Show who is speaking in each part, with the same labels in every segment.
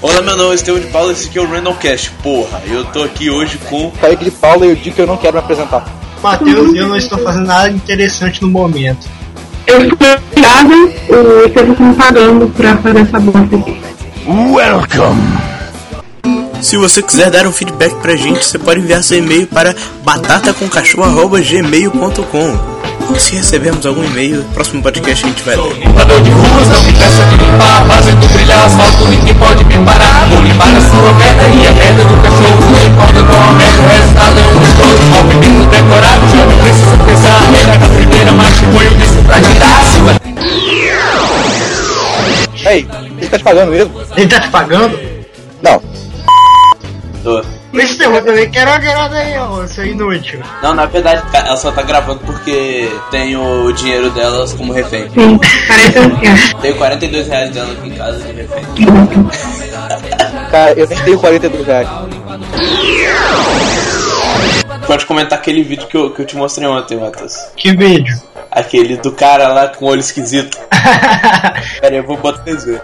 Speaker 1: Olá, meu nome é Estevão de Paula, esse aqui é o Random Cash. Porra, eu tô aqui hoje com.
Speaker 2: Kaique de Paula e eu digo que eu não quero me apresentar.
Speaker 3: Matheus, eu não estou fazendo nada interessante no momento.
Speaker 4: Eu fui obrigada, o serviço me pagando pra fazer essa bosta aqui.
Speaker 5: Se você quiser dar um feedback pra gente, você pode enviar seu e-mail para batatacomcachorro.gmail.com Se recebermos algum e-mail, próximo podcast a gente vai ler.
Speaker 6: Andou de ruas, não me peça de limpar Fazendo brilhar asfalto, ninguém pode me parar Vou limpar a sua merda e a merda do cachorro Não importa qual a merda, o resultado é um gostoso Mal menino decorado, já não precisa pensar Era da primeira, mas te ponho disso pra tirar Se vai
Speaker 2: Ei, ele tá te pagando mesmo?
Speaker 3: Ele tá te pagando?
Speaker 2: Não.
Speaker 1: Tô.
Speaker 3: Mas Estevão também quero uma grana aí, ó, seu inútil.
Speaker 1: Não, na verdade, ca- ela só tá gravando porque tem o dinheiro delas como refém.
Speaker 4: Sim, parece um filme.
Speaker 1: Tenho 42 reais dela aqui em casa de refém.
Speaker 2: Cara, eu nem tenho 42 reais.
Speaker 1: Pode comentar aquele vídeo que eu, que eu te mostrei ontem, Matheus.
Speaker 3: Que vídeo?
Speaker 1: Aquele do cara lá com o olho esquisito. Pera aí, eu vou botar pra vocês verem.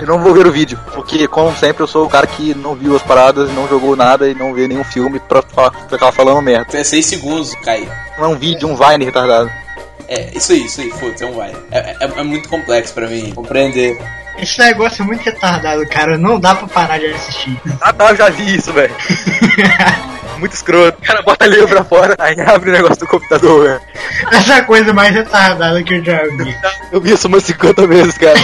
Speaker 2: Eu não vou ver o vídeo, porque como sempre eu sou o cara que não viu as paradas, não jogou nada e não vê nenhum filme pra, fa- pra ficar falando merda.
Speaker 1: É 6 segundos, cai.
Speaker 2: Não vi de um Vine retardado.
Speaker 1: É, isso aí, isso aí, foda-se, é um vai. É, é- é muito complexo pra mim compreender.
Speaker 3: Esse negócio é muito retardado, cara. Não dá pra parar de assistir.
Speaker 2: Ah tá, eu já vi isso, velho. Muito escroto. O cara bota livro pra fora, aí abre o negócio do computador, velho.
Speaker 3: Essa coisa mais retardada que eu já vi.
Speaker 2: Eu vi isso umas 50 vezes, cara.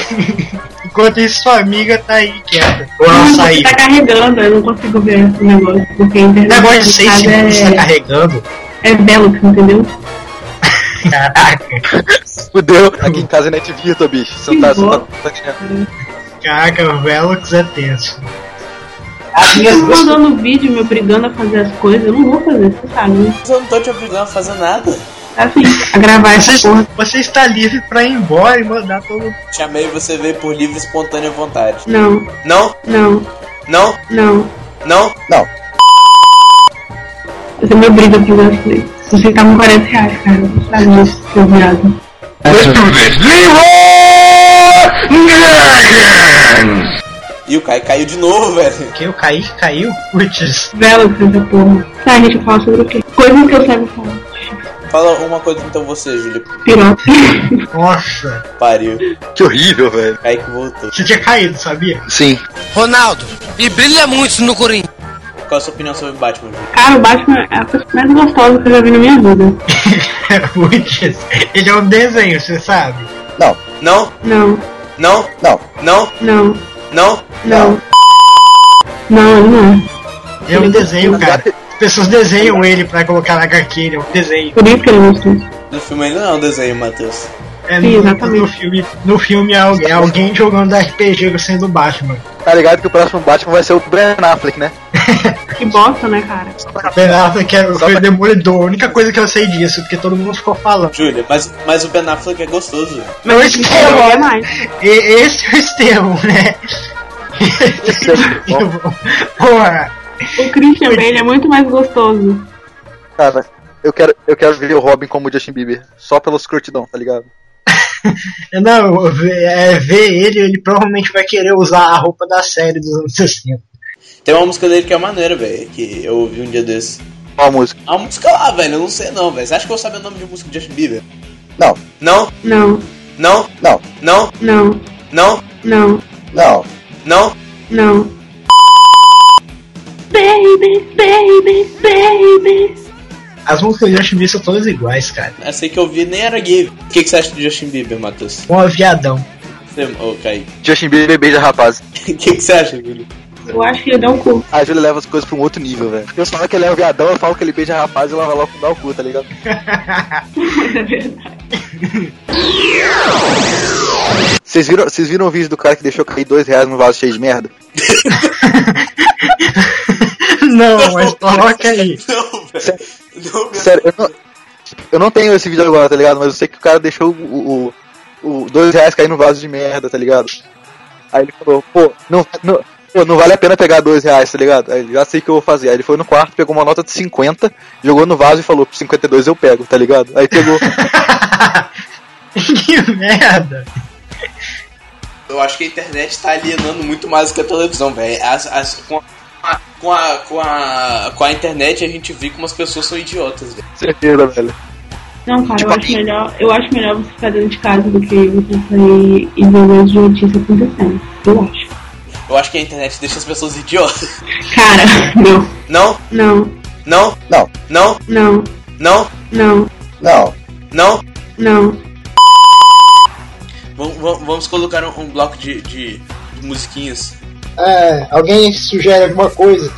Speaker 3: Enquanto isso, sua amiga tá aí quieta. Ou ela saiu.
Speaker 4: Tá carregando, eu não consigo ver esse negócio, porque a
Speaker 3: O
Speaker 4: internet
Speaker 3: negócio de
Speaker 4: de
Speaker 3: 6
Speaker 4: casa
Speaker 3: segundos tá
Speaker 4: é,
Speaker 3: carregando.
Speaker 4: é Velux, entendeu?
Speaker 3: Caraca.
Speaker 2: Fudeu. Aqui em casa é NetVirtua, bicho. Você não tá, você não tá- tá
Speaker 3: Caraca, o Velox é tenso.
Speaker 4: Eu tô mandando vídeo me obrigando a fazer as coisas, eu não vou fazer, você sabe. né?
Speaker 1: Mas eu não tô te obrigando a fazer nada.
Speaker 4: Assim, a gravar essa
Speaker 3: Você,
Speaker 4: porra.
Speaker 3: você está tá livre pra ir embora e mandar todo mundo.
Speaker 1: Chamei você veio por livre e espontânea vontade.
Speaker 4: Não,
Speaker 1: Não,
Speaker 4: não,
Speaker 1: não,
Speaker 4: não.
Speaker 1: não.
Speaker 4: Você me obriga a fazer as coisas. Você tá com 40 reais, cara. Você sabe disso, seu viado.
Speaker 1: E o Kai caiu de novo, velho.
Speaker 3: Que eu caí, caiu? Putz.
Speaker 4: Velux, essa porra. Tá, a gente fala sobre o quê? Coisas que eu saiba falar.
Speaker 1: Fala uma coisa então você, Júlio.
Speaker 4: Piroca.
Speaker 3: Nossa.
Speaker 1: Pariu.
Speaker 2: Que horrível, velho.
Speaker 1: Kai que voltou.
Speaker 3: Você tinha caído, sabia?
Speaker 2: Sim.
Speaker 7: Ronaldo, e brilha muito no Corinthians.
Speaker 1: Qual a sua opinião sobre Batman, Júlio?
Speaker 4: Cara, o Batman é a coisa mais gostosa que eu já vi na minha vida.
Speaker 3: Putz. Ele é um desenho, você sabe?
Speaker 1: Não,
Speaker 4: Não,
Speaker 1: não,
Speaker 2: Não.
Speaker 1: não,
Speaker 4: não,
Speaker 1: não.
Speaker 4: não. Não, ele não é.
Speaker 3: Ele é um desenho, cara. As pessoas desenham ele pra colocar na HQ, ele é um desenho.
Speaker 4: Por isso que ele é mostrou.
Speaker 1: No filme ainda não é um desenho, Matheus.
Speaker 3: É
Speaker 4: Sim,
Speaker 3: no,
Speaker 4: exatamente.
Speaker 3: no filme, no filme é alguém, é alguém jogando RPG sendo Batman.
Speaker 2: Tá ligado que o próximo Batman vai ser o Ben Affleck, né?
Speaker 4: Que bosta, né, cara?
Speaker 3: Ben Affleck é-
Speaker 2: Só
Speaker 3: foi
Speaker 2: pra-
Speaker 3: o Demolidor, a única coisa que eu sei disso, porque todo mundo ficou falando.
Speaker 1: Júlia, mas, mas o Ben Affleck é gostoso.
Speaker 3: Não,
Speaker 4: Ele não é mais.
Speaker 3: E- Esse é o Estevão, né?
Speaker 2: Esse é o Estevão.
Speaker 3: Porra,
Speaker 4: O Christian Bale é muito mais gostoso.
Speaker 2: Cara, Ah, eu quero, eu quero ver o Robin como o Justin Bieber. Só pela escrotidão, tá ligado?
Speaker 3: não, é, ver ele, ele provavelmente vai querer usar a roupa da série dos anos 60.
Speaker 1: Tem uma música dele que é maneira, velho. Que eu ouvi um dia desse.
Speaker 2: Ó a música.
Speaker 1: É uma música lá, velho. Eu não sei não, velho. Você acha que eu vou saber o nome de música de Justin Bieber?
Speaker 2: Não.
Speaker 1: Não,
Speaker 4: Não,
Speaker 1: não,
Speaker 2: Não.
Speaker 1: não,
Speaker 4: não,
Speaker 1: não,
Speaker 4: não,
Speaker 2: Não.
Speaker 1: não.
Speaker 4: não. Baby, baby, baby.
Speaker 3: As músicas de Justin Bieber são todas iguais, cara.
Speaker 1: Essa que eu vi nem era gay. O que, que você acha do Justin Bieber, Matheus?
Speaker 3: Um aviadão.
Speaker 1: Você, ô, Kai.
Speaker 2: Justin Bieber beija rapaz.
Speaker 1: O que, que você acha, Júlio?
Speaker 4: Eu acho que ele dá um cu.
Speaker 2: A Júlia leva as coisas pra um outro nível, velho. Eu falo que ele é um viadão, eu falo que ele beija rapaz e ela vai logo dar o cu, tá ligado?
Speaker 4: É verdade.
Speaker 2: Vocês viram, vocês viram o vídeo do cara que deixou cair dois reais num vaso cheio de merda?
Speaker 3: Não, mas coloca aí.
Speaker 1: Não, velho. Não, cara.
Speaker 2: Sério, eu não, eu não tenho esse vídeo agora, tá ligado? Mas eu sei que o cara deixou o, o, o dois reais cair no vaso de merda, tá ligado? Aí ele falou, pô, não, não, pô, não vale a pena pegar dois reais, tá ligado? Aí ele, já sei o que eu vou fazer. Aí ele foi no quarto, pegou uma nota de 50, jogou no vaso e falou, "Por 52 eu pego, tá ligado? Aí pegou.
Speaker 3: que merda.
Speaker 1: Eu acho que a internet tá alienando muito mais do que a televisão, velho. As- as- com, a, com, a, com, a, com a internet a gente vê como as pessoas são idiotas, velho.
Speaker 2: certeza, velho.
Speaker 4: Não, cara,
Speaker 2: Tipo
Speaker 4: eu acho,
Speaker 2: assim.
Speaker 4: melhor, eu acho melhor você ficar dentro de casa do que você sair e ver as notícias acontecendo. Eu acho.
Speaker 1: Eu acho que a internet deixa as pessoas idiotas.
Speaker 4: Cara, não.
Speaker 1: Não,
Speaker 4: Não,
Speaker 1: não,
Speaker 2: Não,
Speaker 1: não,
Speaker 4: não,
Speaker 1: não,
Speaker 4: não,
Speaker 2: não.
Speaker 1: não.
Speaker 4: não.
Speaker 1: Vamos, vamos- vamos colocar um, um bloco de, de- de musiquinhas.
Speaker 3: É, alguém sugere alguma coisa?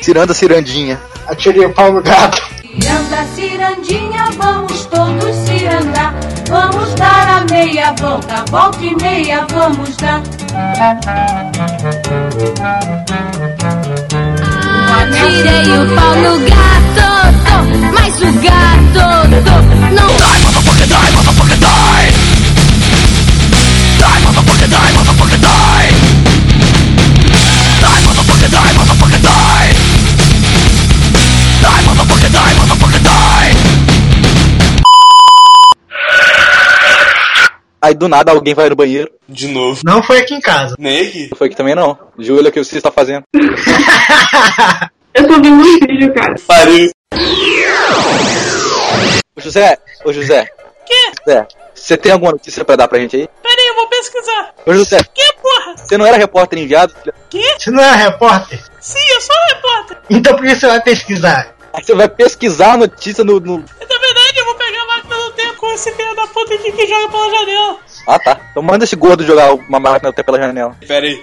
Speaker 2: Ciranda Cirandinha.
Speaker 3: Atirei o pau no gato.
Speaker 8: Ciranda, cirandinha, vamos todos cirandar. Vamos dar a meia volta, volta e meia vamos dar. Tirei o pau no gato, mas o gato não
Speaker 2: Aí do nada alguém vai no banheiro.
Speaker 1: De novo.
Speaker 3: Não foi aqui em casa.
Speaker 1: Neg?
Speaker 2: Foi que também não. Júlia, o que você está fazendo?
Speaker 4: Eu tô vendo um vídeo, cara.
Speaker 1: Pariu.
Speaker 2: Ô José, ô José. Que? José, você tem alguma notícia pra dar pra gente aí? Peraí, eu vou pesquisar. Ô José. Que porra? Você não era repórter enviado? filha?
Speaker 3: Você não é repórter? Sim, eu sou repórter. Então por que você vai pesquisar?
Speaker 2: Aí você vai pesquisar a notícia no, no- Ah tá. Então manda esse gordo jogar uma máquina do tempo pela janela.
Speaker 1: Pera aí.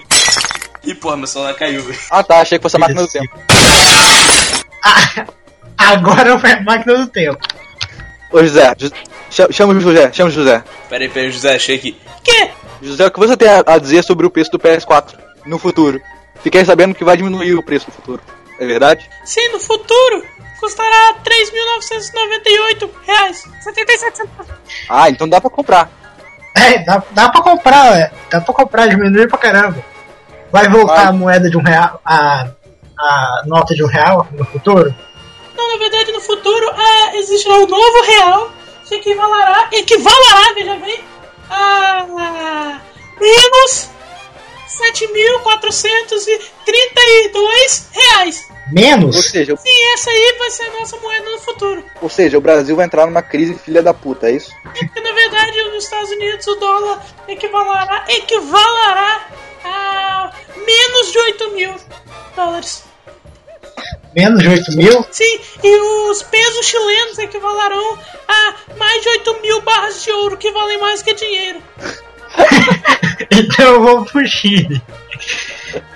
Speaker 1: Ih, porra, meu celular caiu, velho.
Speaker 2: Ah tá, achei que fosse a máquina do tempo.
Speaker 3: Ah, agora foi a máquina do tempo.
Speaker 2: Ô José, Ju- cha- chama o José, chama o José.
Speaker 1: Pera aí, pera aí, José, achei aqui.
Speaker 2: José, o que você tem a a dizer sobre o preço do PS4 no futuro? Fiquei sabendo que vai diminuir o preço no futuro. É verdade?
Speaker 9: Sim, no futuro custará 3.998 reais. 77 centavos.
Speaker 2: Ah, então dá pra comprar.
Speaker 3: É, dá, dá pra comprar, ué. Dá pra comprar, diminui pra caramba. Vai voltar
Speaker 2: Vai.
Speaker 3: a moeda de um real, a, a nota de um real no futuro?
Speaker 9: Não, na verdade, no futuro é, existirá um novo real que equivalará, equivalará, veja bem, a menos 7.432 reais.
Speaker 2: Ou
Speaker 3: Menos?
Speaker 2: seja,
Speaker 9: E essa aí vai ser a nossa moeda no futuro.
Speaker 2: ou seja, o Brasil vai entrar numa crise filha da puta, é isso?
Speaker 9: E na verdade, nos Estados Unidos, o dólar é equivalará, equivalará a ah, menos de 8 mil dólares.
Speaker 3: Menos de 8 mil?
Speaker 9: Sim, e os pesos chilenos equivalarão a mais de 8 mil barras de ouro, que valem mais que dinheiro.
Speaker 3: Então eu vou pro Chile.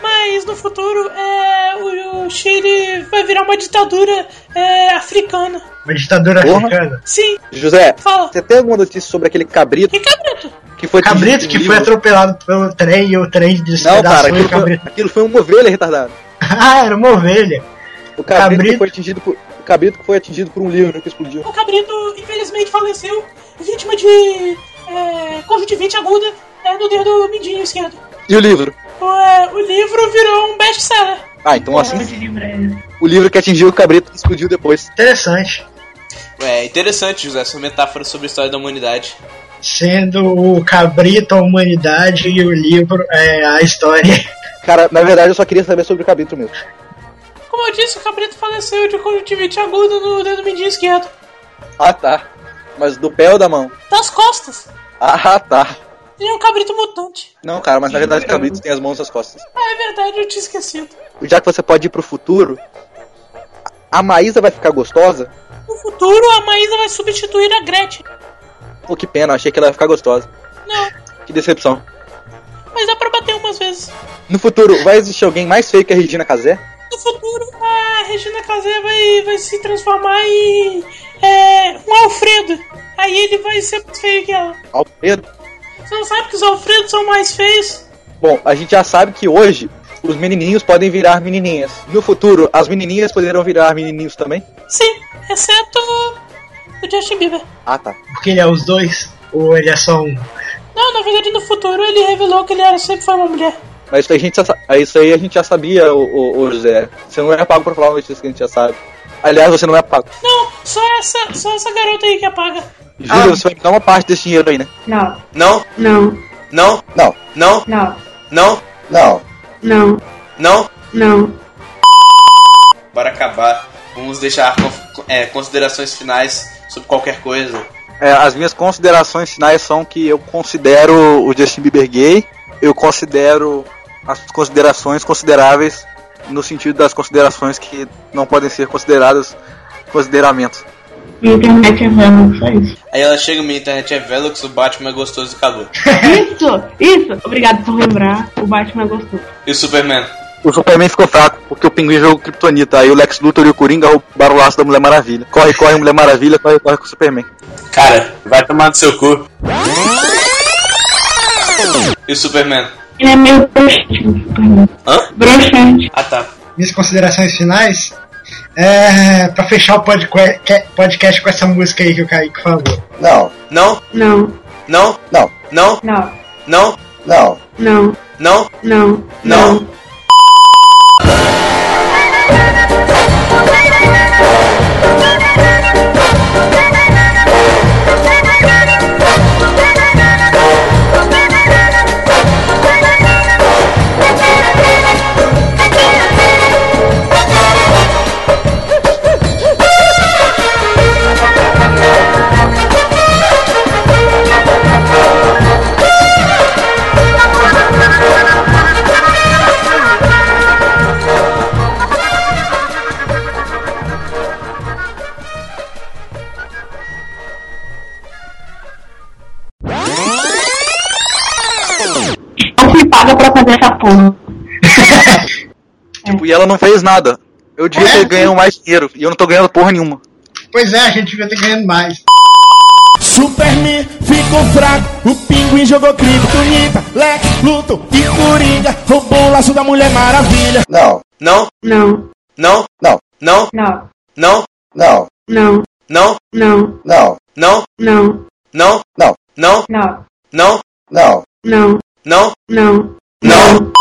Speaker 9: Mas no futuro, é, o, o Chile vai virar uma ditadura é, africana.
Speaker 3: Uma ditadura
Speaker 2: Porra.
Speaker 3: africana.
Speaker 9: Sim,
Speaker 2: José,
Speaker 9: fala.
Speaker 2: você tem alguma notícia sobre aquele cabrito
Speaker 9: E cabrito?
Speaker 2: que foi.
Speaker 3: Cabrito que foi
Speaker 2: atropelar.
Speaker 3: atropelado pelo trem e o trem
Speaker 2: Não, cara,
Speaker 3: despedaçou
Speaker 2: aquilo
Speaker 3: o
Speaker 2: foi,
Speaker 3: cabrito.
Speaker 2: aquilo foi uma ovelha retardada.
Speaker 3: Ah, era uma ovelha.
Speaker 2: O cabrito,
Speaker 3: Cabrito?
Speaker 2: Que foi atingido por. O cabrito que foi atingido por um livro que explodiu.
Speaker 9: O cabrito, infelizmente, faleceu, vítima de é, conjuntivite aguda é, no dedo mindinho esquerdo.
Speaker 2: E o livro?
Speaker 9: O, é, o livro virou um best-seller.
Speaker 2: Ah, então assim,
Speaker 4: Pode livrar ele.
Speaker 2: o livro que atingiu o cabrito explodiu depois.
Speaker 3: Interessante.
Speaker 1: É interessante, José, sua metáfora sobre a história da humanidade.
Speaker 3: Sendo o cabrito a humanidade e o livro é a história.
Speaker 2: Cara, na verdade eu só queria saber sobre o cabrito mesmo.
Speaker 9: Como eu disse, o cabrito faleceu de conjuntivite aguda no dedo mindinho esquerdo.
Speaker 2: Ah tá. Mas do pé ou da mão?
Speaker 9: Das costas.
Speaker 2: Ah tá.
Speaker 9: Ele é um cabrito mutante.
Speaker 2: Não, cara, mas na verdade o cabrito tem as mãos nas costas.
Speaker 9: Ah, é verdade, eu tinha esquecido.
Speaker 2: Já que você pode ir pro futuro, a Maísa vai ficar gostosa?
Speaker 9: No futuro, a Maísa vai substituir a Gretchen.
Speaker 2: Pô, que pena, achei que ela ia ficar gostosa. Não. Que decepção.
Speaker 9: Mas dá pra bater umas vezes.
Speaker 2: No futuro, vai existir alguém mais feio que a Regina Casé?
Speaker 9: No futuro a Regina Casé vai, vai se transformar em é, um Alfredo. Aí ele vai ser mais feio que ela.
Speaker 2: Alfredo.
Speaker 9: Você não sabe que os Alfredos são mais feios?
Speaker 2: Bom, a gente já sabe que hoje os menininhos podem virar menininhas. No futuro, as menininhas poderão virar menininhos também?
Speaker 9: Sim, exceto o Justin Bieber.
Speaker 2: Ah, tá.
Speaker 3: Porque ele é os dois? Ou ele é só um?
Speaker 9: Não, na verdade no futuro ele revelou que ele era, sempre foi uma mulher.
Speaker 2: Mas isso aí a gente já, sa- ah, isso aí a gente já sabia, o, José. Você não é pago pra falar uma notícia que a gente já sabe. Aliás, você não é pago.
Speaker 9: Não, só essa, só essa garota aí que apaga.
Speaker 2: Júlia, você vai me dar uma parte desse dinheiro aí, né?
Speaker 4: Não,
Speaker 1: Não,
Speaker 4: não,
Speaker 1: não,
Speaker 2: Não.
Speaker 1: não,
Speaker 4: não,
Speaker 1: não,
Speaker 2: Não.
Speaker 4: não,
Speaker 1: não.
Speaker 4: não.
Speaker 1: Para acabar, vamos deixar con- é, considerações finais sobre qualquer coisa.
Speaker 2: É, as minhas considerações finais são que eu considero o Justin Bieber gay. Eu considero as considerações consideráveis no sentido das considerações que não podem ser consideradas consideramentos.
Speaker 4: Minha internet é vana, só isso.
Speaker 1: Aí ela chega, minha internet é Velox, o Batman é gostoso e acabou.
Speaker 4: Isso, isso. Obrigado por lembrar. O Batman gostou.
Speaker 1: E o Superman?
Speaker 2: O Superman ficou fraco porque o Pinguim jogou Kryptonita. Aí o Lex Luthor e o Coringa roubaram o laço da Mulher Maravilha. Corre, corre, Mulher Maravilha, corre, corre com o Superman.
Speaker 1: Cara, vai tomar no seu cu. E o Superman?
Speaker 4: Ele é meio broxante. Superman.
Speaker 1: Hã?
Speaker 4: Broxante.
Speaker 1: Ah tá.
Speaker 3: Minhas considerações finais? É. Pra fechar o podque- que- podcast com essa música aí que eu caí, por favor.
Speaker 2: Não,
Speaker 1: Não,
Speaker 4: Não,
Speaker 1: não,
Speaker 2: não,
Speaker 1: não,
Speaker 4: não,
Speaker 1: não,
Speaker 2: não.
Speaker 4: não,
Speaker 1: não,
Speaker 4: não,
Speaker 1: não.
Speaker 4: Não se paga pra fazer essa porra.
Speaker 2: E ela não fez nada. Eu devia ter ganhado mais dinheiro e eu não tô ganhando porra nenhuma.
Speaker 3: Pois é, a gente devia ter ganhando mais.
Speaker 6: Superman ficou fraco, o pinguim jogou criptonita, Lex, Luthor e Coringa roubou o laço da Mulher Maravilha.
Speaker 2: Não,
Speaker 1: Não,
Speaker 4: Não,
Speaker 1: não,
Speaker 2: Não.
Speaker 1: não,
Speaker 4: não,
Speaker 1: não,
Speaker 2: não,
Speaker 4: não,
Speaker 1: não,
Speaker 4: não,
Speaker 2: não,
Speaker 1: não, não,
Speaker 4: não,
Speaker 2: Não.
Speaker 1: não, não,
Speaker 4: não,
Speaker 2: não.
Speaker 4: não,
Speaker 1: não,
Speaker 4: não,
Speaker 1: não.
Speaker 4: não.